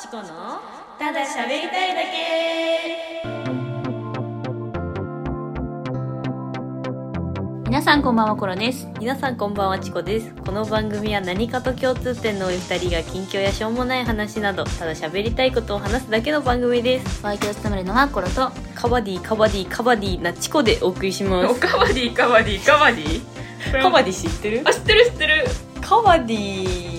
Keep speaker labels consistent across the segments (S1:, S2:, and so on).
S1: チコのただ喋りたいだけ
S2: 皆さんこんばんはコロです
S1: 皆さんこんばんはチコですこの番組は何かと共通点の多い二人が近況やしょうもない話などただ喋りたいことを話すだけの番組です
S2: お相手を務めるのはコロと
S1: カバディカバディカバディなチコでお送りしま
S3: お
S1: す
S3: かわりかわりかわり
S1: カバ
S3: り
S1: ディ知ってる
S3: あ知ってる知ってる
S1: カバディ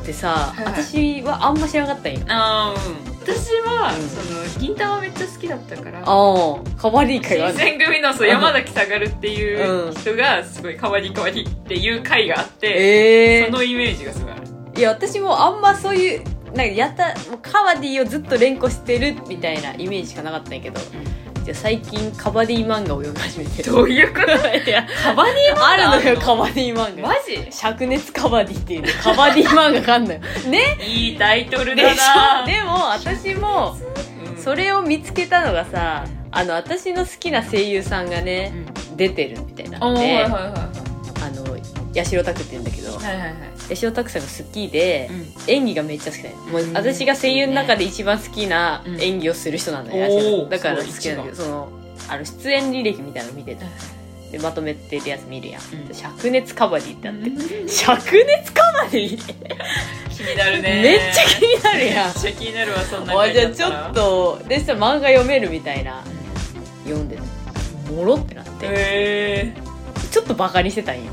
S1: ってさ
S3: はいはい
S1: 私はあんま知らなかったんよ
S3: あうん私は、
S1: うん
S3: その銀魂めっちゃ好きだったから
S1: ああカバディ会があ
S3: 新
S1: るの
S3: 選組のそう
S1: うん
S3: 山崎るって
S1: う
S3: い
S1: ん
S3: う人がすごいかわりかわりっていう回があって、
S1: え
S3: そのイメージがすごいある
S1: いや私もあんまそういうなんかやったもうカバディをずっと連呼してるみたいなイメージしかなかったんやけど、じゃあ最近カバディ漫画を読み始めて
S3: どういうこと
S1: いや
S3: カバディ
S1: あるの
S3: あん
S1: よ
S3: の
S1: カバディ漫
S3: マ
S1: 画
S3: ジ
S1: 灼熱カバディっていうねカバディ漫画があんのよね
S3: いいタイトル
S1: でし
S3: だ
S1: ょ
S3: な
S1: でも私も
S3: うん
S1: それを見つけたのがさあの私の好きな声優さんが
S3: う
S1: ね
S3: ん
S1: 出てるみたいな
S3: お
S1: の
S3: ーはい
S1: で
S3: はい
S1: あ
S3: はいは
S1: の八代拓って言うんだけど
S3: いはいはい
S1: 八代拓さんが好きで、
S3: うん
S1: 演技がめっちゃ好きだよ、もう
S3: うん
S1: 私が声優の中で一番好きな
S3: うん
S1: 演技をする人なのよ、
S3: おー
S1: だから好
S3: すごい
S1: きなんだけどそのあの出演履歴みたいなの見てたでまとめてるやつ見るやん、
S3: うん
S1: 灼熱カバディってあって、
S3: うん
S1: 灼熱カバディ、
S3: 気になるね
S1: めっちゃ気になるや ん
S3: めっちゃ気になるわそんな
S1: あ
S3: 回
S1: じゃ
S3: だ
S1: あ
S3: っ
S1: ち
S3: た
S1: ょ
S3: ら
S1: っとでしたら漫画読めるみたいな読んでたもろってなって、
S3: へ
S1: ちょっとバカにしてたんよ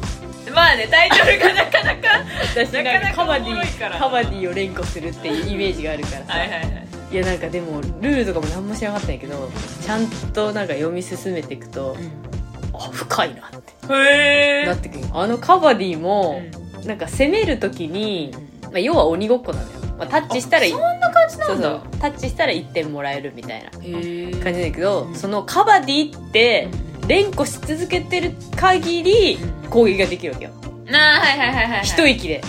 S3: えまあねタイトルがなかなか
S1: 私
S3: な
S1: な
S3: か
S1: んかカ
S3: なか
S1: バ
S3: お
S1: デ
S3: もろいから
S1: ィカバディを連呼するっていうイメージがあるからさ、
S3: はいはいはい
S1: いやなんかでもルールとかも何も知らなかったんやけどちゃんとなんか読み進めていくと、あ深いなって
S3: へえ
S1: なってくるあのカバディも、
S3: う
S1: なんか攻める時に、まあ、要は鬼ごっこなのよ、まあ、タッチしたらいい
S3: あそんな感じなんだ
S1: そうそうタッチしたら1点もらえるみたいな感
S3: へえ
S1: じだけど、そのカバディって連呼し続けてる限り
S3: うん
S1: 攻撃ができるわけよ
S3: なあはいはいはいはい
S1: 一、息で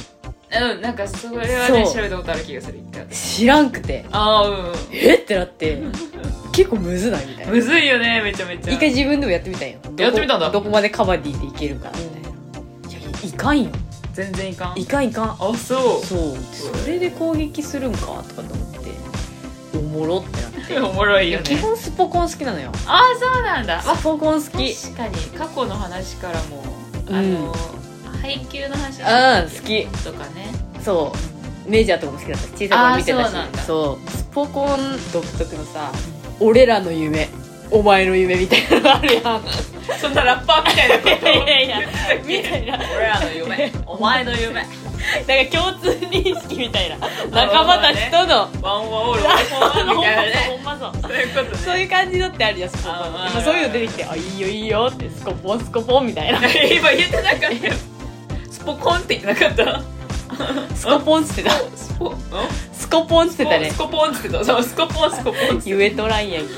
S3: うんなんかそれはね
S1: そう
S3: 調べたことある気がする一回
S1: 知らんくて
S3: ああうん
S1: えってな って結構むずないみたいな
S3: むずいよねめちゃめちゃ
S1: 一回自分でもやってみたんよどこ
S3: やってみたんだ
S1: どこまでカバディでいけるかみたいな、いやいかんよ
S3: 全然いかん
S1: いかんいかん
S3: あそ
S1: そうそれで攻撃するんかとかと思っておもろってなって
S3: う おもろい
S1: い
S3: よ
S1: や基
S3: ね
S1: 本スポコン好きなのよ
S3: ああそうなんだ
S1: スポコン好き
S3: 確かに過去の話からも
S1: うん
S3: あの配給の話
S1: うん好き
S3: とかね
S1: そうメジャーとかも好きだった小さい頃見てた
S3: あーそうなん
S1: し
S3: だ
S1: そうスポコン独特のさ俺らの夢お前の夢みたいなのあるやん
S3: そんなラッパーみたいなこ と
S1: いやいやみたいな
S3: 俺らの夢お前の夢
S1: なんか共通認識みた いな仲間たちとの
S3: ワンオー ルワンオールみたいなね
S1: ほんまそう
S3: そういうことね
S1: そういう感じのってあるじゃんスコポン
S3: あまあ
S1: まあそういうの出てきて「あいいよいいよ」って「スコポンスコポン」みたいな
S3: 今言ってなかったよスポコンって言ってなかっ
S1: 「スコポン」っつってた
S3: たスポん
S1: 「スコポン」っつってたね
S3: スコポンって言ってたそうスコポンスコポンって
S1: 言えとらんやんけ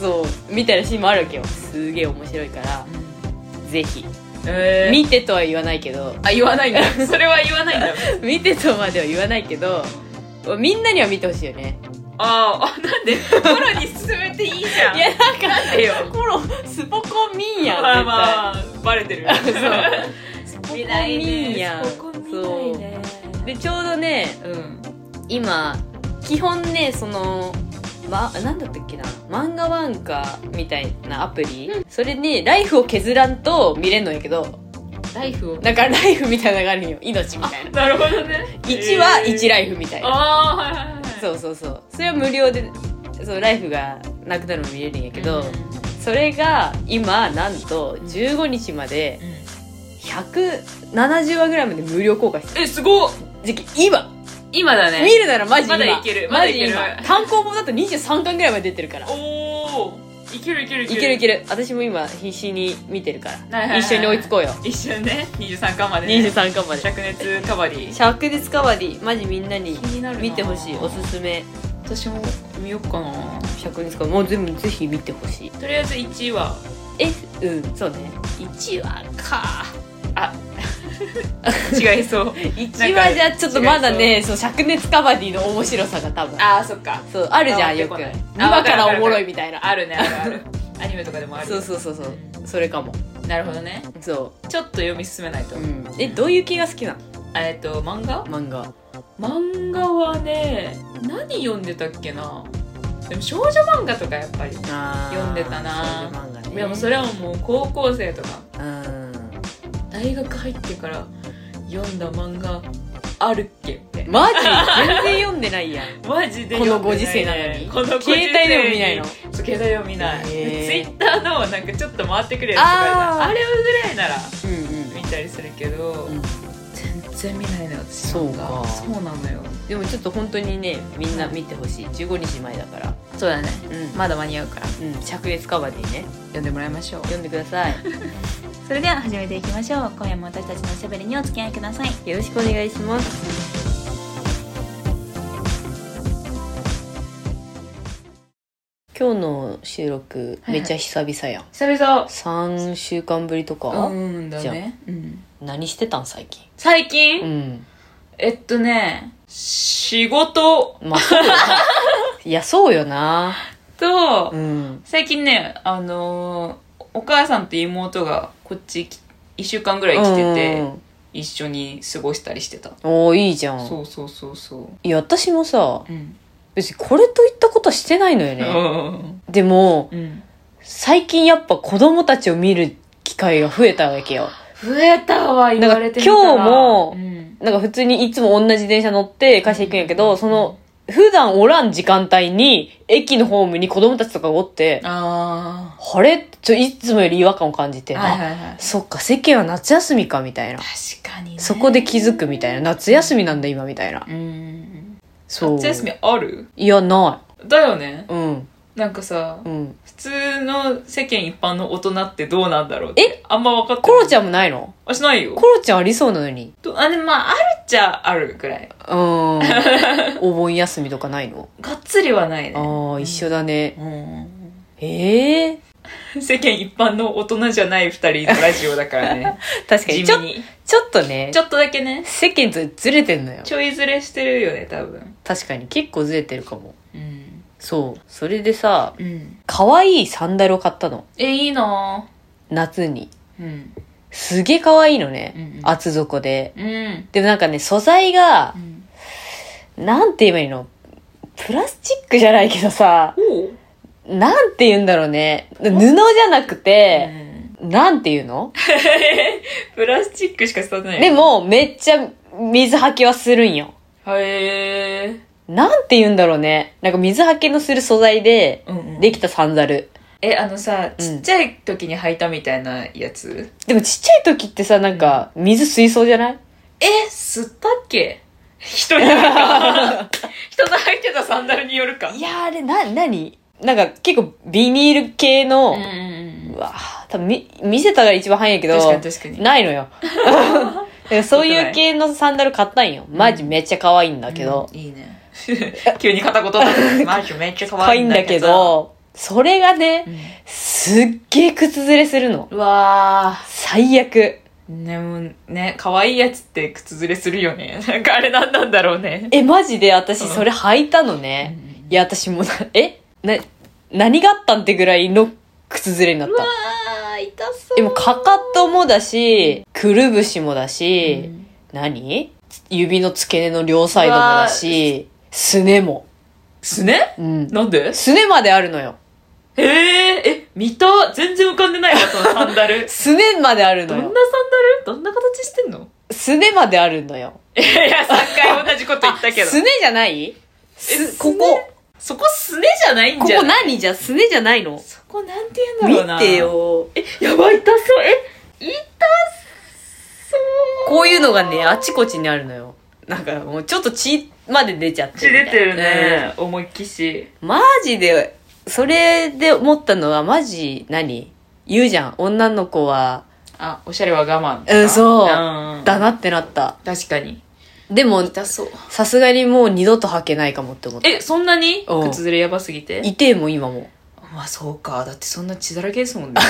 S1: そうみたいなシーンもあるわけよすげえ面白いからぜひ
S3: えー
S1: 見てとは言わないけど
S3: あ言わないんだそれは言わないんだ
S1: 見てとまでは言わないけどみんなには見てほしいよね
S3: あーあなんでプロに進めていいじゃん
S1: いやなんか
S3: なんでよ
S1: コロスポコン見んやん
S3: まあ
S1: 絶対、
S3: まあバレてる
S1: そうスポコン見んやん
S3: スポコン見ないね
S1: そうでちょうどね
S3: うん
S1: 今基本ねそのま、なんだったっけな漫画ワンカみたいなアプリ、それにライフを削らんと見れんのやけど
S3: ライフを
S1: なんかライフみたいなのがあるんよ命みたいな
S3: なるほどね
S1: 1は1
S3: イ
S1: ライフみたいな、
S3: ああはいはいはい
S1: そうそうそうそれは無料でそのライフがなくなるの見れるんやけど、それが今なんと15日まで170話ぐらいまで無料公開してる
S3: えすごっ
S1: 時期今
S3: 今だね
S1: 見るならマジ今
S3: まだいけるまだいけ
S1: マ
S3: る
S1: ジ今単行本だと23巻ぐらいまで出てるから
S3: おおいけるいけるい
S1: いけるいけ
S3: る
S1: る私も今必死に見てるから、
S3: いはいはい
S1: 一緒に追いつこうよ、
S3: 一瞬ね23巻まで、ね、
S1: 23巻まで
S3: 灼熱カバディ
S1: 灼熱カバディマジみんなに
S3: になるな
S1: 見てほしいおすすめ
S3: 私も見よっかな
S1: 灼熱カバディもう全部ぜひ見てほしい
S3: とりあえず1話
S1: えうんそうね
S3: 1話かあ 違いそう
S1: 1話じゃちょっとまだねそう灼熱カバディの面白さが多分
S3: あーそっか
S1: そう あるじゃん
S3: 変
S1: よ
S3: わ
S1: く
S3: ってこない
S1: 今からおもろいみたいな
S3: あるねあるあるアニメとかでもある
S1: そうそうそうそうそれかも
S3: なるほどね
S1: そ、
S3: ちょっと読み進めないうと、
S1: うん、えどういう系が好きなの
S3: えっと漫画
S1: 漫画
S3: 漫画はね何読んでたっけなでも少女漫画とかやっぱり
S1: あー
S3: 読んでたな
S1: 少女漫画ね
S3: いやもうそれはもう高校生とか
S1: うん
S3: 大学入ってから読んだ漫画あるっけって
S1: マジ全然読んでないやん
S3: マジで
S1: この
S3: 読ん
S1: ご
S3: で
S1: 時
S3: な
S1: 世な
S3: い
S1: の
S3: ね
S1: に
S3: このご時世
S1: 携帯でも見ないの
S3: そう携帯は見ない
S1: へー
S3: ツイッターのなんかちょっと回ってくれるとか
S1: あー
S3: ああれぐらいなら
S1: うん
S3: 見たりするけど、
S1: うん、うん、
S3: 全然見ないのよ私
S1: そうか
S3: なんそうなのよ
S1: でもちょっと本当にねみんな見てほしい15日前だから
S3: そうだね
S1: うん、
S3: まだ間に合うから
S1: うん、灼熱カバディね
S3: 読んでもらいましょう
S1: 読んでください
S2: それでは始めていきましょう今夜も私たちのおしゃべりにお付き合いください
S1: よろしくお願いします今日の収録
S3: はいは
S1: め
S3: い
S1: っちゃ久々やん、
S3: 久々
S1: 3週間ぶりとか、
S3: うんだ
S1: じゃあ
S3: ね、うん、
S1: 何してたん最近
S3: 最近、
S1: うん
S3: えっとね仕事
S1: まあそうよ ないやそうよな
S3: と、
S1: うん
S3: 最近ねあのーお母さんと妹がこっちき一週間ぐらい来てて、
S1: うん
S3: 一緒に過ごしたりしてた、
S1: おーいいじゃん
S3: そうそうそうそ
S1: いや私もさ
S3: ううん
S1: 別にこれといったことはしてないのよ
S3: う
S1: ね
S3: ん
S1: でも
S3: うん
S1: 最近やっぱ子供たちを見る機会が増えたわけよ
S3: 増えたわ言われてみたら
S1: なんか今日も
S3: うん
S1: なんか普通にいつも同じ電車乗って会社行くんやけど、その、普段おらん時間帯に、駅のホームに子供たちとかがおって、
S3: あ
S1: あれちょ、いつもより違和感を感じ
S3: あ
S1: て、
S3: はい
S1: あ
S3: はいはい
S1: そっか、世間は夏休みか、みたいな。
S3: 確かにね
S1: そこで気づくみたいな。夏休みなんだ、今、みたいな。
S3: うん
S1: そう。
S3: 夏休みある
S1: いや、な
S3: だよね
S1: い。うん。
S3: なんかさ
S1: うん。
S3: 普通の世間一般の大人ってどうなんだろうってあんま分かって
S1: コロち
S3: ゃん
S1: ゃんもないの
S3: あしないよ
S1: コロちゃんありそうなのに。
S3: とあでもまああるっちゃあるくらいう
S1: ーん。お盆休みとかないの
S3: がっつりはないね
S1: ああ、一緒だね。
S3: うん
S1: ええ
S3: 世間一般の大人じゃない二人のラジオだから ね
S1: 確か
S3: 地
S1: に、ち
S3: 味
S1: ょ、
S3: に
S1: ちょっとね
S3: ち、ょっとだけね
S1: 世間とずれてんのよ。
S3: ちょいずれしてるよね多分
S1: 確かに結構ずれてるかも
S3: うん
S1: そうそれでさ
S3: うん
S1: 可愛いサンダルを買ったの
S3: えいいな
S1: 夏に
S3: ぁうん
S1: すげえ可愛いのね、
S3: うんうん
S1: 厚底で
S3: うん
S1: でもなんかね素材が
S3: うん
S1: なんて言えばいいのプラスチックじゃないけどさ
S3: おう
S1: なんて言うんだろうね布じゃなくて、なんて言うの
S3: プラスチックしか伝わってない
S1: でもめっちゃ水はけはするんよ
S3: へえ
S1: なんて言うんだろうねなんか水はけのする素材で
S3: うんうん
S1: できたサンダル
S3: えあのさ
S1: うん
S3: ちっちゃい時に履いたみたいなやつ、
S1: でもちっちゃい時ってさなんか水吸いそうじゃ ない
S3: え吸ったっけ人 によるか人の履いてたサンダルによるか
S1: いやーあれな何なんか結構ビニール系の、
S3: うんう
S1: うんわー多分み見せたら一番早いけ
S3: う
S1: ど
S3: ん確かに確かに
S1: ないのよ そういう系のサンダル買ったんよマジめっちゃ可愛いんだけど、
S3: うんいいね 急に片言だったマジめっちゃ可
S1: 可愛
S3: 愛い
S1: い
S3: ん
S1: ん
S3: だ
S1: だ
S3: け
S1: け
S3: ど
S1: どそれがねすっげえ靴ずれするの
S3: うんうわ
S1: 最悪
S3: ーでもね可愛いやつって靴ずれするよね なんかあれなんなんだろうね
S1: えマジで私
S3: うん
S1: それ履いたのね、いや私もうなえな何があったんってぐらいの靴ずれになった
S3: あー痛そ
S1: でもかかともだしくるぶしもだ
S3: う
S1: し、
S3: ん
S1: 何指の付け根の両サイドもだし、すねも。
S3: すね
S1: うん。
S3: なんです
S1: ねまであるのよ。。
S3: えー、え、見た全然浮かんでない わ、そのサンダル
S1: すねまである
S3: ど
S1: の
S3: んなサン
S1: よ。
S3: ダルどんな形してんの
S1: すねまであるのよ。
S3: いやいや、3回同じこと言ったけど。
S1: すねじゃない
S3: え
S1: す、
S3: す
S1: こ
S3: ね
S1: こ、
S3: そこすねじゃないん
S1: こ
S3: じゃ
S1: こ
S3: ない
S1: 何じゃすねじゃないの
S3: そこなんて言うん
S1: 見
S3: だろうな。
S1: て。よ。え
S3: やばい、痛そう。え、痛
S1: こういうのがね、あちこちにあるのよ。なんかもうちょっと血まで出ちゃって
S3: 血
S1: みたい
S3: 出
S1: な
S3: てる。ね。思いっきし。
S1: うんマジで、それで思ったのはマジ何言うじゃん。女の子は、
S3: あ、おしゃれは我慢
S1: うんそう
S3: うん
S1: だなってなった。
S3: 確かに。
S1: でも、
S3: 痛そう。
S1: さすがにもう二度と履けないかもって思った。
S3: え、そんなに
S1: うん
S3: 靴ずれやばすぎて
S1: 痛えもん今も。
S3: まあそうか。だってそんな血だらけですもんね。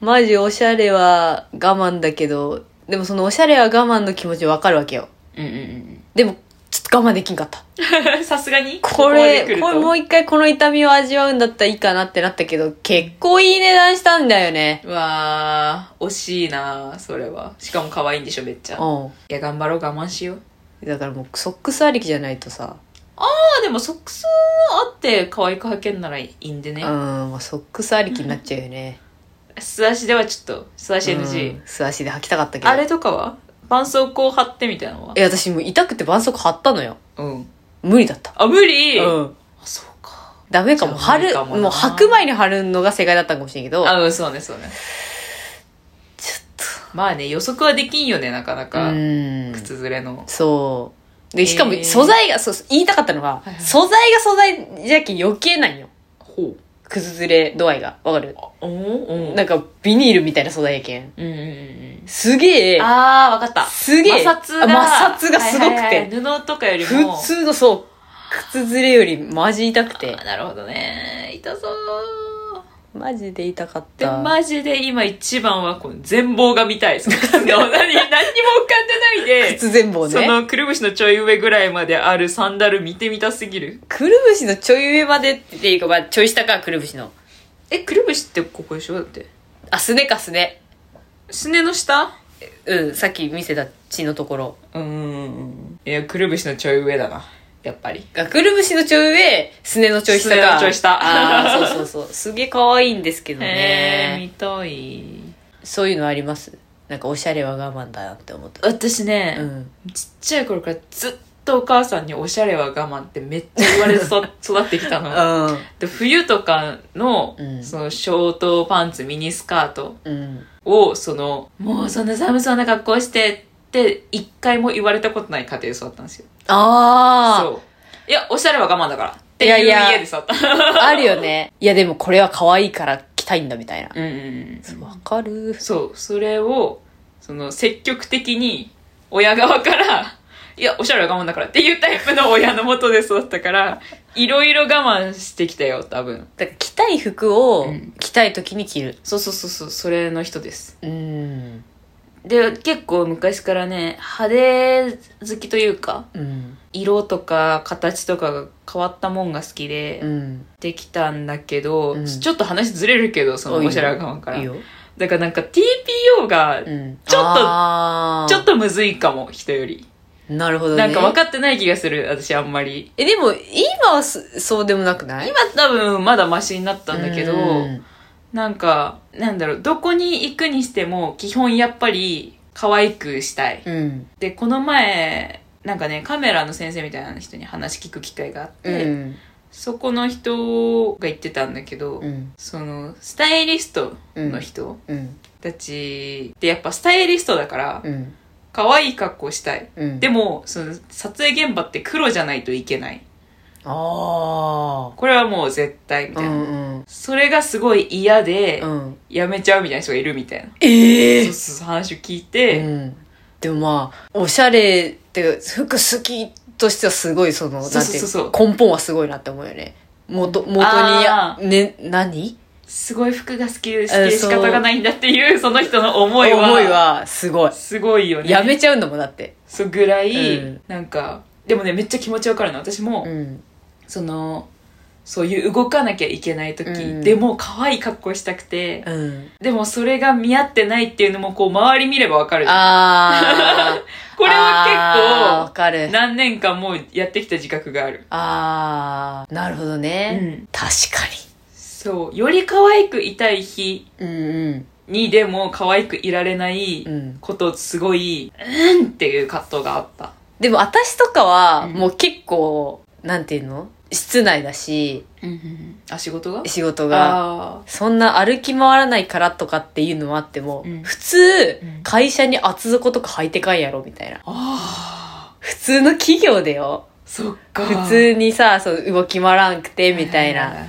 S1: マジおしゃれは我慢だけど、でもそのおしゃれは我慢の気持ちわかるわけよ。
S3: うんうんうん。
S1: でもちょっと我慢できんかった。
S3: さすがに
S1: これ、こ
S3: こま
S1: れも
S3: で来る
S1: う一回この痛みを味わうんだったらいいかなってなったけど、結構いい値段したんだよね。
S3: とうわー惜しいなーそれはしかも可愛いんでしょめっちゃ
S1: う。
S3: いや頑張ろう我慢しようん
S1: だからもうソックスありきじゃないとさ、
S3: まあでも即装あって可愛く履けんならいいんで
S1: う
S3: ね
S1: ん、もうソックスありきになっちゃうよね。
S3: 素足ではちょっと素足 NG、
S1: うん素足で履きたかったけど。
S3: あれとかは絆創膏貼ってみたいなのは
S1: え、私もう痛くて絆創膏貼ったのよ。
S3: うん
S1: 無理だった。
S3: あ無理、あ
S1: うん。
S3: そうか
S1: ダメかも。
S3: じゃあ
S1: 貼
S3: 無理
S1: る、
S3: かもな
S1: もう履く前に貼るのが正解だったかもしれんけど。
S3: あうんそうねそうね
S1: ち
S3: まあね予測はできんよねなかな
S1: ょっと。
S3: か、
S1: うん。
S3: 靴ずれの
S1: そう。で、しかも
S3: えー
S1: 素材が、そうそう、言いたかったのは
S3: はいは、い
S1: 素材が素材じゃき余計ないよ。
S3: ほう
S1: 崩れ度合いが。わかる
S3: おお
S1: なんか、ビニールみたいな素材やけん。
S3: うんうんうん
S1: すげえ、
S3: ああわかった
S1: すげえ、
S3: 摩擦が
S1: あ摩擦がすごくて、
S3: はいはいはい布とかよりも
S1: 普通のそう、靴ずれよりマジ痛くて
S3: あ。なるほどね痛そう
S1: マジで痛かっ
S3: で
S1: た。
S3: もマジで今一番はこの全貌が見た いその靴の何何にも浮かんでないで
S1: 靴全貌
S3: そ
S1: ね。
S3: のくるぶしのちょい上ぐらいまであるサンダル見てみたすぎる
S1: くるぶしのちょい上までっていうか、まあ、ちょい下か、くるぶしの。
S3: えくるぶしってここでしょだって
S1: あ、すねかすね。
S3: すねの下
S1: うん、さっき見せた血のところ。
S3: うーんいやくるぶしのちょい上だなやっぱり
S1: あくるぶしのちょい上、すねのちょい下か。
S3: すねのちょい下
S1: ああ、そうそうそう。すげえ可愛いんですけど
S3: へえ見
S1: ね。
S3: たい
S1: そういうのありますなんかおしゃれは我慢だなって思った。
S3: 私ね、
S1: うん。
S3: ちっちゃい頃からずっとお母さんに「おしゃれは我慢」ってめっちゃ言われて そ育ってきた の
S1: うん。
S3: で冬とかの,、
S1: うん
S3: そのショートパンツミニスカート
S1: うん。
S3: をそのもうそんな寒そうな格好してって一回も言われたことない家庭で育ったんですよ
S1: あ
S3: そういやおしゃれは我慢だからっていう
S1: いやいや
S3: 家で育った
S1: あ。あるよね。いやでもこれは可愛いから着たいんだみたいな。
S3: うんうん
S1: そうわかる。
S3: そうそれをその積極的に親側からいやおしゃれは我慢だからっていうタイプの親のもとで育ったからいろいろ我慢してきたよ多分
S1: だから着たい服を
S3: うん
S1: 着たい時に着る。
S3: そうそうそうそうそれの人です
S1: うん。
S3: で結構昔からね派手好きというか
S1: うん。
S3: 色とか形とかが変わったもんが好きで、
S1: うん。
S3: できたんだけど、
S1: うん
S3: ちょっと話ずれるけどその
S1: おいいよ
S3: おしゃれ感から
S1: いいよ。
S3: だからなんか TPO が
S1: うん。
S3: ちょっと
S1: と
S3: ちょっとむずいかも人より、
S1: と。なるほどね。
S3: なんか分かってない気がする私あんまり
S1: え、でも、今はすそうでもなくない
S3: 今多分まだマシになったんだけど、
S1: うん
S3: なんかなんだろうどこに行くにしても基本やっぱり可愛くしたい
S1: うん。
S3: でこの前なんかねカメラの先生みたいな人に話聞く機会があって、
S1: うん。
S3: そこの人が言ってたんだけど、
S1: うん。
S3: そのスタイリストの人
S1: うん。
S3: たちってやっぱスタイリストだから
S1: うん。
S3: 可愛い格好したい
S1: うん。
S3: でもその撮影現場って黒じゃないといけない
S1: あ
S3: これはもう絶対み
S1: あ。
S3: た
S1: う
S3: いな、
S1: んうん。
S3: それがすごい嫌で
S1: うん。
S3: やめちゃうみたいな人がいるみたいな、
S1: え
S3: そうそう話を聞いて、
S1: うん、でもまあおしゃれって服好きとしてはすごいその
S3: そうそうそう
S1: なんていうの根本はすごいなって思うよね元元
S3: あ
S1: にね何
S3: すごい服が好きでして仕方がないんだっていうその人の思いは
S1: 思いはすごい
S3: すごいよね
S1: やめちゃうんだもんだって
S3: そうぐらい、
S1: うん
S3: なんかでもねめっちゃ気持ちわかるの私も、
S1: うん
S3: そのそういう動かなきゃいけない時、
S1: うん
S3: でも可愛い格好したくて、
S1: うん
S3: でもそれが見合ってないっていうのもこう周り見ればわかるじゃん
S1: ああ
S3: これ
S1: あー
S3: は
S1: わか
S3: 結構
S1: る
S3: 何年間もうやってきた自覚がある、
S1: ああなるほどね、
S3: うん
S1: 確か
S3: そうより可愛くいたい日
S1: にうん
S3: にでも可愛くいられない
S1: うんうん
S3: ことすごいうんっていう葛藤があった
S1: でも私とかは
S3: うん
S1: もう結構、なんていうの室内だし
S3: あ仕事が
S1: 仕事が
S3: あ
S1: そんな歩き回らないからとかっていうのもあっても、
S3: うん
S1: 普通
S3: うん、
S1: 会社に厚底とか履いてかんやろ、みたいな。
S3: ああ
S1: 普通の企業でよ。
S3: ーそっか
S1: 普通にさ、そう、動き回らんくて、みたい
S3: は
S1: な、
S3: はは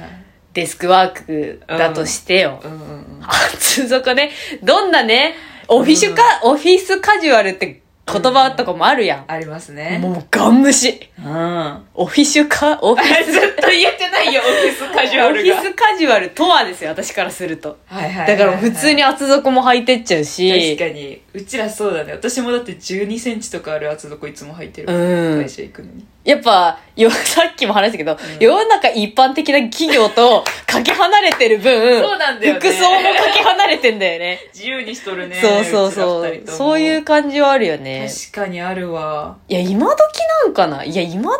S1: デスクワークだとしてよ。
S3: うんうんうん
S1: 厚底ね、どんなね、オフィシュか、オフィスカジュアルって言葉とかもあるやん。
S3: ありますね
S1: もう、ガン無視。
S3: うんあ
S1: オフィシュか、オフィ
S3: れ
S1: ス、
S3: ずっと言えてないよオフィスカジュア
S1: オフ
S3: ルが
S1: ィスカジュアルとはですよ、私からすると。
S3: はいはいはいはい
S1: だから普通に厚底も履いてっちゃうし、
S3: 確かにうちらそうだね私もだって1 2センチとかある厚底いつも履いてる、
S1: うん
S3: 会社行くのに
S1: やっぱ、よ、さっきも話したけど、世の中一般的な企業とかけ離れてる分、
S3: そうなんだよね
S1: 服装もかけ離れてんだよね。
S3: 自由にしとるね
S1: そうそう
S3: ち
S1: そ
S3: ら二人
S1: う。
S3: とも
S1: そういう感じはあるよね。
S3: 確かにあるわ
S1: いや、今時なんかないや、今時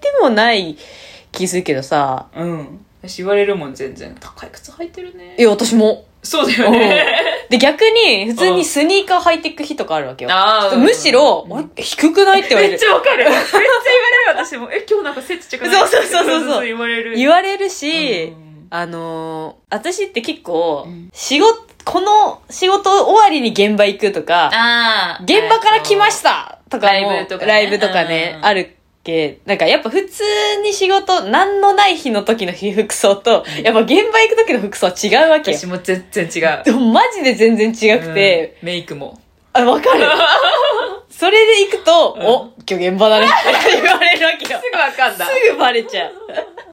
S1: でもない気するけどさ。
S3: うん私言われるもん全然高い靴履いてるね
S1: いや、私も。
S3: そうだよね
S1: で、逆に、普通にスニーカー履いていく日とかあるわけよ。
S3: あー
S1: むしろ、あれ低くないって言わ
S3: め
S1: れ
S3: っ
S1: る
S3: ち。ゃわかるめっちゃ言われる私もえ今日なんか背ちっちゃくない
S1: そうそうそうそう
S3: 言われる
S1: 言
S3: わ
S1: われるし、あのー私って結構、仕事、この仕事終わりに現場行くとか、
S2: ああ
S1: 現場から来ましたとかも、
S2: ライブとかね
S1: ライブとかね、
S2: うん
S1: あるけ、なんかやっぱ普通に仕事、なんのない日の時の服装と、やっぱ現場行く時の服装は違うわけよ
S3: 私。も全然違 う
S1: でもマジで全然違くて、
S3: うんメイ クも
S1: あ、わかる それで行くと、
S3: うん
S1: お、今日現場だ ねって言われるわけよ。
S3: すぐわかんだ
S1: すぐバレちゃう。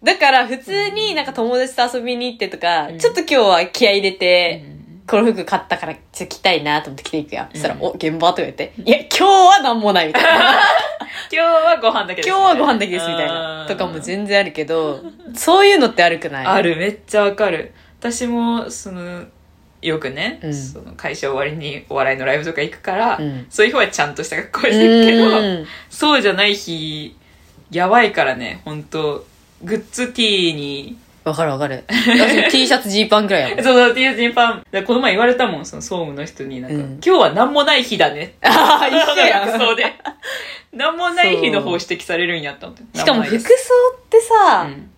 S1: だから普通になんか友達と遊びに行ってとか、
S3: うん
S1: ちょっと今日は気合い入れて、
S3: うん
S1: この服買ったからちょっと着たいなと思って着ていくやん。そしたら、
S3: うん
S1: お、現場とか言って、いや、今日はなんもないみたい な。
S3: 今日はご飯だけです
S1: 今日はご飯だけですみたいな。とかも全然あるけど、そういうのって悪くない
S3: あ。るめっちゃわかる私もそのよくね、
S1: うん
S3: その会社終わりにお笑いのライブとか行くから、
S1: うん
S3: そういう日はちゃんとした格好
S1: う
S3: してるけど、
S1: ん。
S3: そうじゃない日やばいからねほんとグッズ T に
S1: わかるわかる。私 T シャツ、ジーパンくらいや もん。
S3: そうそう T シャツにパンでこの前言われたもんその総務の人になんか、
S1: うん
S3: 今日は何もない日だね」
S1: ああ、
S3: あ
S1: 一緒やん。
S3: そうで何も ない日の方指摘されるんやった
S1: しかも服装
S3: 装
S1: ってさ、
S3: うん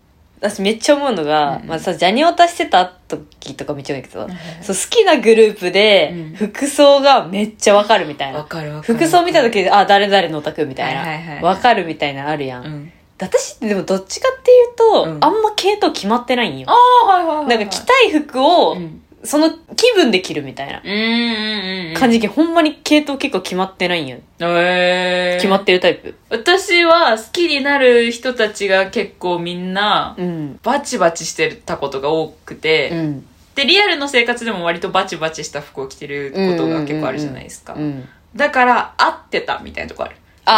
S1: 私めっちゃ思うのが、
S3: うん
S1: まあさ、ジャニオタしてた時とかめっちゃ多いけど、
S3: わ
S1: そう好きなグループで
S3: うん
S1: 服装がめっちゃわかるみたいな。
S3: かるわかる
S1: 服装見た時で、あ、誰々のオタクみたいな。わ、
S3: はいはいはい
S1: かるみたいなのあるやん。
S3: うん
S1: 私ってでもどっちかっていうと、
S3: うん
S1: あんま系統決まってないんよ。
S3: ああはいはいはい
S1: なんか着たい服を、
S3: うん
S1: その気分で着るみたいな
S3: うんうんうん
S1: 感じで、ほんまに系統結構決まってないんよ。
S3: えー、
S1: 決まってるタイプ。
S3: 私は好きになる人たちが結構みんな
S1: うん。
S3: バチバチしてたことが多くて、
S1: うん。
S3: でリアルの生活でも割とバチバチした服を着てることが結構あるじゃないですか、
S1: うん。
S3: だから合ってたみたいなとこある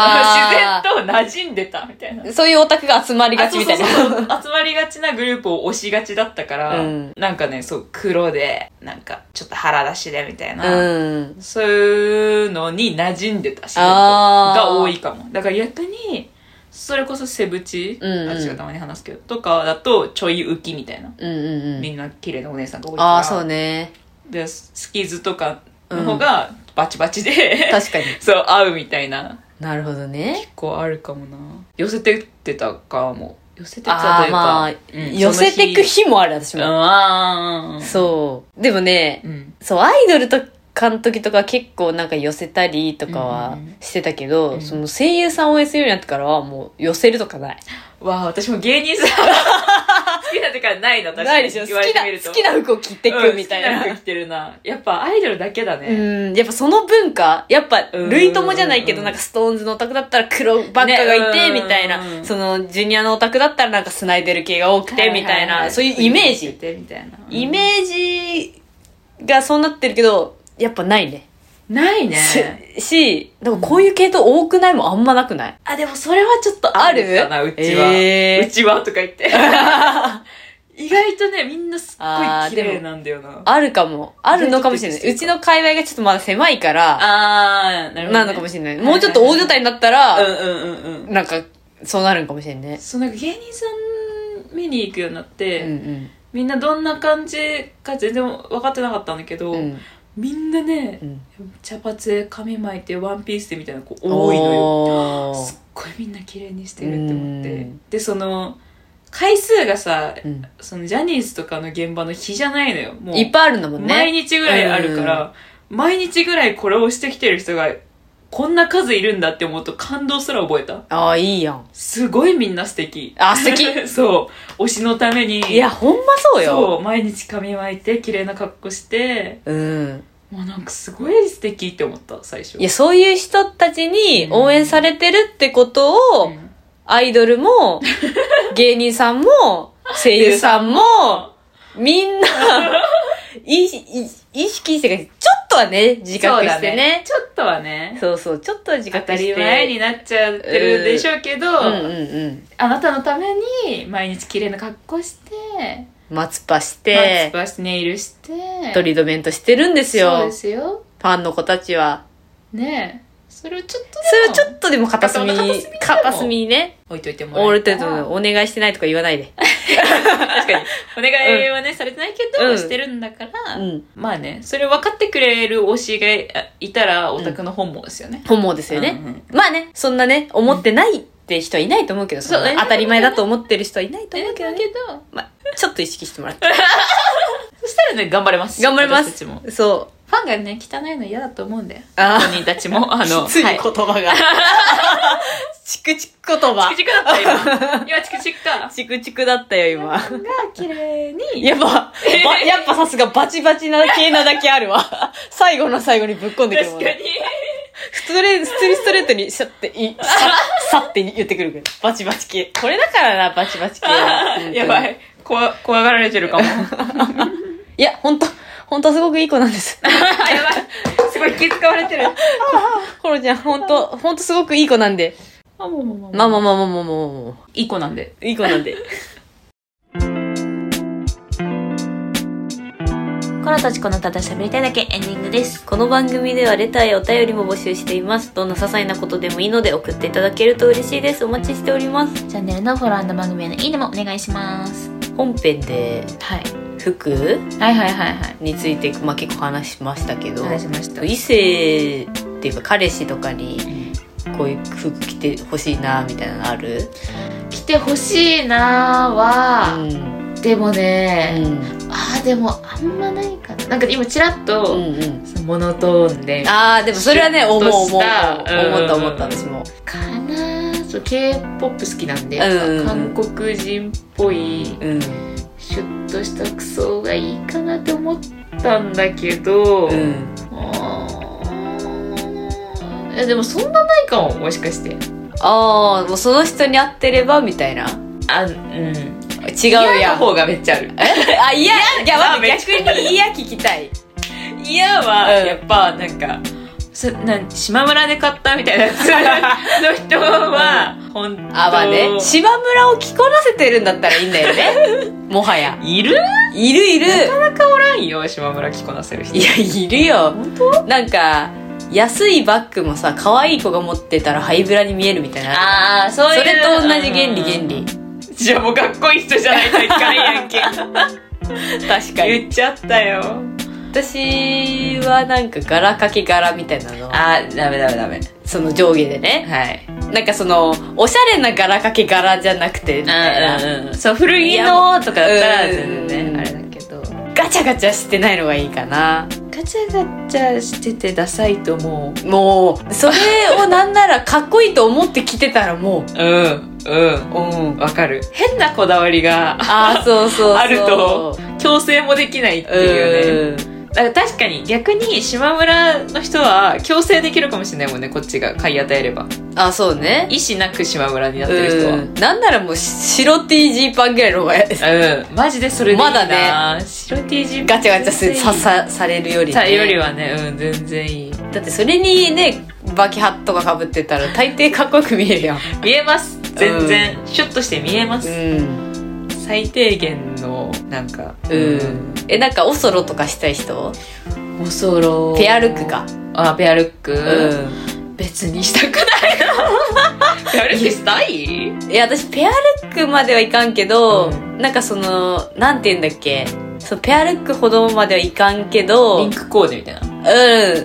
S1: あー
S3: 自然と馴染んでたみたいな
S1: そういうオタクが集まりが
S3: あ
S1: ち
S3: そう
S1: み
S3: そ
S1: た
S3: う
S1: いな。
S3: そう集まりがちなグループを押しがちだったから、
S1: うん
S3: なんかねそう黒でなんかちょっと腹出しでみたいな、
S1: うん。
S3: そういうのに馴染んでたし、
S1: あー
S3: が多いかも。だから逆に、それこそセブチ、
S1: うんうん
S3: 私がたまに話すけど、とかだとちょい浮きみたいな。
S1: うんうんう
S3: み
S1: ん。
S3: んな綺麗なお姉さんが多いから。
S1: ああ、そうね。
S3: で、スキズとかの方がバチバチで、
S1: 確かに。
S3: そう、合うみたいな。
S1: なるほどね。
S3: こうあるかもな。寄せてってたかも。寄せてた
S1: ああ
S3: とい
S1: ー
S3: うか。
S1: まあ、
S3: うん
S1: 寄せてく。日もある、私
S3: その日うん、
S1: も。
S3: ああ。
S1: そう。でもね
S3: う。、ん。
S1: そう、アイドルとかの時とか結構なんか寄せたりとかは
S3: うん
S1: してたけど、
S3: うん
S1: その声優さんを応援するようになってからはもう寄せるとかない。
S3: わあ、私も芸人さん。 好きな時からないな、確かに。
S1: ないでしょ好
S3: 言われ
S1: き
S3: て
S1: な、
S3: みると
S1: 好きな服を着てくみたい
S3: うん好き
S1: な。
S3: 服着てるな。やっぱアイドルだけだね。
S1: うん、やっぱその文化やっぱ、
S3: うん
S1: 類友じゃないけど、
S3: うん
S1: なんかストーンズのオタクだったら黒ばっかがいて、
S3: ね
S1: みたい
S3: うん
S1: な。その、ジュニアのオタクだったらなんかスナイデル系が多くて、みたいな。そういうイメージ。
S3: みたいな。
S1: イメージがそうなってるけど、やっぱないね。
S3: ないね。
S1: しし、でもこういう系統多くないもんあんまなく ない
S3: あ、でもそれはちょっと
S1: ある
S3: かな、うちは。
S1: えー
S3: うちはとか言 って。意外とね、みんなすっ
S1: あー
S3: ごい綺麗なんだよな。
S1: あるかも。あるのかもしれない。うちの界隈がちょっとまだ狭いから、
S3: あー、なるほど、ね。
S1: なのかもしれない。もうちょっと大所帯になったら、
S3: うんうんうんうん。
S1: なんか、そうなるんかもしれんね。
S3: そう、なんか芸人さん見に行くようになっ
S1: う
S3: て、
S1: ん
S3: みんなどんな感じか全然分かってなかったんだけど、
S1: うん。うん
S3: みんなね
S1: う、ん。
S3: 茶髪で髪巻いてワンピースでみたいな子多いのよ。
S1: 多
S3: すっごいみんな綺麗にしてるって思っ
S1: う
S3: て
S1: ん
S3: でその回数がさ
S1: うん。
S3: そのジャニーズとかの現場の日じゃないのよもう
S1: いっぱいあるんだもんね。
S3: 毎日ぐらいあるから、毎日ぐらいこれをしてきてる人がこんな数いるんだって思うと感動すら覚えた
S1: ああ、いいやん。
S3: すごいみんな素敵
S1: あ素敵
S3: そう推しのために
S1: いや、ほんまそうよ。
S3: そう毎日髪巻いて綺麗な格好して
S1: うん。
S3: もうなんかすごい素敵って思った最初
S1: いや、そういう人たちに応援されてるってことを、
S3: うん
S1: アイドル も、芸人さんも、声優 さんも、みんな、いい意識してか、ちょっとはね、自覚
S3: だ
S1: してね。
S3: ちょっとはね
S1: そうそう、ちょっとは自
S3: 当
S1: 覚
S3: た
S1: して。
S3: り前になっちゃってるでしょうけど、
S1: うんうんうん。
S3: あなたのために毎日綺麗な格好して
S1: 松葉し
S3: マッチ
S1: て、
S3: パスネイルして
S1: トリートメントしてるんですよ。
S3: そうですよ
S1: ファンの子たちは。
S3: ねえそれをちょっとでも
S1: それをちょっとでも片隅
S3: 片隅
S1: に
S3: でも、
S1: 片隅にね、
S3: 置いといてもら
S1: 俺
S3: え
S1: た
S3: た
S1: ち
S3: ら
S1: もお願いしてないとか言わないで。
S3: 確かにお願いはね、されてないけど、
S1: うん
S3: してるんだから、
S1: うん。
S3: まあねそれ分かってくれる推しがあいたらオタクの本望ですよね、
S1: 本望ですよね。
S3: うんうん
S1: まあね、そんなね、思ってないって人はいないと思うけど、そんな
S3: そう
S1: 当たり前だと思ってる人はいないと
S3: だ
S1: 思うけ
S3: け
S1: ど
S3: ど
S1: ね。まあ、ちょっと意識してもら って。
S3: そしたらね頑張れます
S1: 頑張りま
S3: 私た
S1: す
S3: ちも。
S1: そう。
S3: ファンがね汚いの嫌だと思うんだよ
S1: あ
S3: 本人たち もあの
S1: きつい
S3: は
S1: 言葉が。 チクチク言葉
S3: チク。チクだった今今チクチク か
S1: チクチクだったよ、今。
S3: ファンが綺麗 に
S1: やっぱ、ばやっぱさすがバチバチな系なだけある わ。最後の最後にぶっこんでくる
S3: 確
S1: も
S3: か
S1: んね。
S3: に
S1: 普通に、普通にストレートにシャって い、さ、さって言ってくるけど。バチバチ系。これだからな、バチバチ系。
S3: あ ーやば
S1: い。
S3: い怖怖がられてるかも や
S1: いや、ほんと、ほんとすごくいい子なんです。
S3: ばいすごい気遣われてる
S1: ホロちゃん、ほんと、ほんとすごくいい子なんで。
S3: まあまあまあま
S1: まあまあまあまあまあまあまあ。
S3: いい子なんで
S1: いい子なんで。
S2: コロとチコのただ喋りたいだけエンディングです
S1: この番組ではレターやお便りも募集しています。どんな些細なことでもいいので送っていただけると嬉しいです。お待ちしております。
S2: チャンネルのフォロー番組へのいいねもお願いします
S1: 本編で
S2: はい
S1: 服
S2: はいはいはいはい
S1: について、まあ、結構話しましたけど、
S2: 話しました
S1: 異性っていうか彼氏とかにこういう服着てほしいなみたいなのある
S2: 来てほしいなー
S1: う
S2: は、
S1: ん
S2: でも
S1: う
S2: ね、
S1: ん
S2: あーでもあんまないかななんか今ちらっと、
S1: うんうん
S2: そのモノトーンで
S1: ああでもそれはね
S3: シュ
S1: 思
S3: ッ
S1: う思う思
S3: と
S1: う思
S3: した
S1: った思った
S3: うん
S1: 私も
S2: かなーそう k p o p 好きなんで、
S1: うん
S2: 韓国人っぽい
S1: うん
S2: シュッとした服装がいいかなって思ったんだけど、
S1: うん
S2: あーえでもそんなないかももしかして
S1: ああもうその人に合ってればみたいな
S3: あうん
S1: 違う
S3: 嫌
S1: や
S3: なん方がめっちゃある
S1: あいやいや
S3: あ
S1: 待って
S3: めっちゃ
S1: 逆に嫌聞きたい
S3: 嫌は
S1: うん
S3: やっぱなんか、そなん島村で買ったみたいなやつ の人は本当
S1: あまあね島村を着こなせてるんだったらいいんだ よねもはや
S3: いる
S1: いるいる
S3: ないよ島村着こなせる人
S1: いやいるよ
S3: 本
S1: なんか安いバッグもさ可愛い子が持ってたらハイブラに見えるみたいな
S3: ああそ
S1: それと同じ原理原理
S3: じゃあもうかっこいい人じゃないといかんやん け
S1: 確かに
S3: 言っちゃったよ
S1: 私はなんか柄かけ柄みたいなの
S3: あーダメダメダメ
S1: その上下でね
S3: はい
S1: なんかそのおしゃれな柄かけ柄じゃなくてみたいな
S3: うんうんそう古着のとかだったら全然
S1: うん
S3: ねあれだけど
S1: ガチャガチャしてないのがいいかな
S3: ガチャガチャしててダサいと思
S1: もうそれをなんならかっこいいと思って着てたら も
S3: ううんうん
S1: ううん
S3: わかる変なこだわりが
S1: ああそうそうそう
S3: あると強制もできないっていうね
S1: うん
S3: だから確かに逆に島村の人は強制できるかもしれないもんねこっちが買い与えれば
S1: あそうね
S3: 意思なく島村になってる人は
S1: うんなんならもう白 T ジーパンぐらいの方が
S3: うんマジでそれでいいな
S1: まだ
S3: ね白 T 字
S1: ガチャガチャすささされるより、ね、
S3: さよりはねうん全然いい
S1: だってそれにねバキハットがかぶって たら大抵かっこよく見えるやん
S3: 見えます全然、シュッとして見えます、
S1: うん
S3: 最低限のなんか
S1: うんえなんかオソロとかしたい人
S3: おそろ
S1: ペアルックか
S3: あペアルック、
S1: う
S3: 別にしたくないな ペアルックしたい
S1: んいや私ペアルックまではいかんけど、
S3: うん
S1: なんかそのなんて言うんだっけそのペアルックほどまではいかんけど
S3: リ
S1: う
S3: ン
S1: ん
S3: クコーデみたいな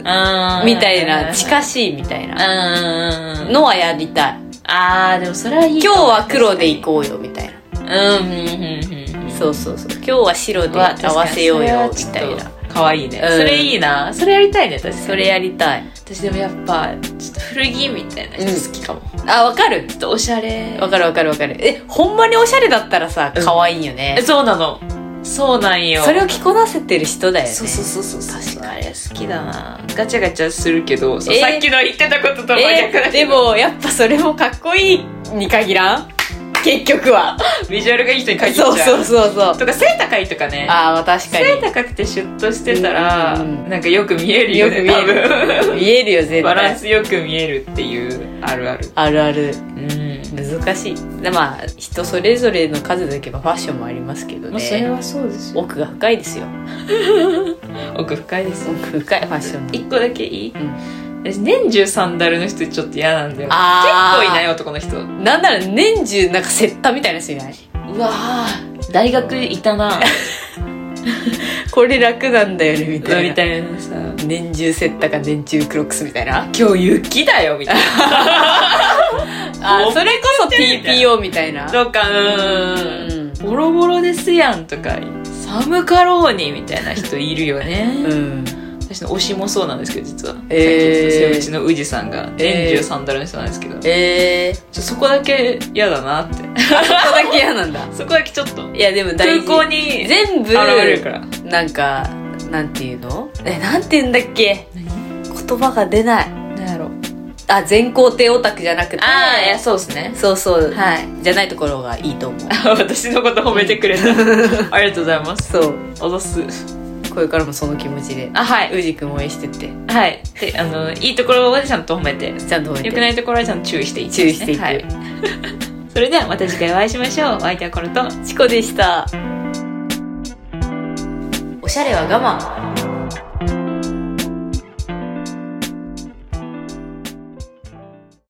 S3: あ
S1: みたいな
S3: い
S1: 近しいみたいな
S3: うん
S1: のはやりたい
S3: あーでもそれはいい
S1: 今日は黒で行こうよみたいな
S3: うんうんうん
S1: そうそうそう今日は白で合わせようよみたいな
S3: 可愛いね、
S1: うん
S3: それいいなそれやりたいね私
S1: それやりたい
S3: 私でもやっぱちょっと古着みたいな人好きかも、ちょ
S1: あわかる
S3: っとおしゃれ
S1: わかるわかるわかるえほんまにおしゃれだったらさ
S3: うん
S1: 可愛いよね
S3: え、そうなのそうなんよ
S1: それを着こなせてる人だよね
S3: そうそうそうそうそ
S1: 確
S3: う
S1: か
S3: あれ好きだなガチャガチャするけど、そう
S1: えー
S3: さっきの言ってたことと真逆
S1: え
S3: だけど
S1: でもやっぱそれもかっこいいに限らん結局は
S3: ビジュアルがいい人に限っちゃ
S1: そううそうそうそう
S3: とか背高いとかね
S1: ああまあ確かに
S3: 背高くてシュッとしてたら、
S1: うんうんうん
S3: なんかよく見える
S1: よ
S3: よ
S1: く
S3: ね
S1: 見える見えるよ絶
S3: バラン
S1: 対
S3: スよく見えるっていうあるある
S1: あるある
S3: うん
S1: 難しいでまあ人それぞれの数だけばファッションもありますけど
S3: まあ、それ
S1: ね
S3: はそうですよ
S1: 奥が深いですよ
S3: 奥深いです
S1: 奥深いファッション
S3: 一個だけいい、
S1: うん
S3: 私年中サンダルの人ちょっと嫌なんだよ結
S1: あー
S3: 構いない男の人
S1: なんなら年中なんかセッタみたいな人いないう
S3: わー大学いた な
S1: これ楽なんだよねみ
S3: み
S1: たいな
S3: たいなさ
S1: 年中セッタか年中クロックスみたいな
S3: 今日雪だよみたい
S1: あそれこそ
S3: てるみたい
S1: TPO みたいな
S3: なとかう
S1: うんん
S3: ボロボロですやんとか寒かろうにみたいな人いるよね、
S1: うん
S3: 私の推しもそうなんですけど実は、
S1: えー
S3: 最近うちの宇治さんが年中サンダルの人なんですけど、ちょ
S1: えー、
S3: っとそこだけ嫌だなって
S1: そこだけ嫌なんだ
S3: そこだけちょっと
S1: いやでも大
S3: 空
S1: 事
S3: 港に現
S1: 全部
S3: れるから
S1: なんかなんていうのえなんて言うんだっけ言葉が出ない
S3: 何やろう
S1: あ全肯定オタクじゃなくて
S3: ああいやそうですね
S1: そうそう、
S3: はい
S1: じゃないところがいいと思う
S3: 私のこと褒めてくれた ありがとうございます
S1: そう
S3: おどす
S1: これからもその気持ちで
S3: あはいう
S1: じくん応援してって
S3: はいであのいいところはちゃんと褒めて
S1: ちゃんと応援
S3: 良くないところはちゃんと注意していきます
S1: 注意していく、
S3: はい、それではまた次回お会いしましょうお相手はコロと
S1: チコでしたおしゃれは我慢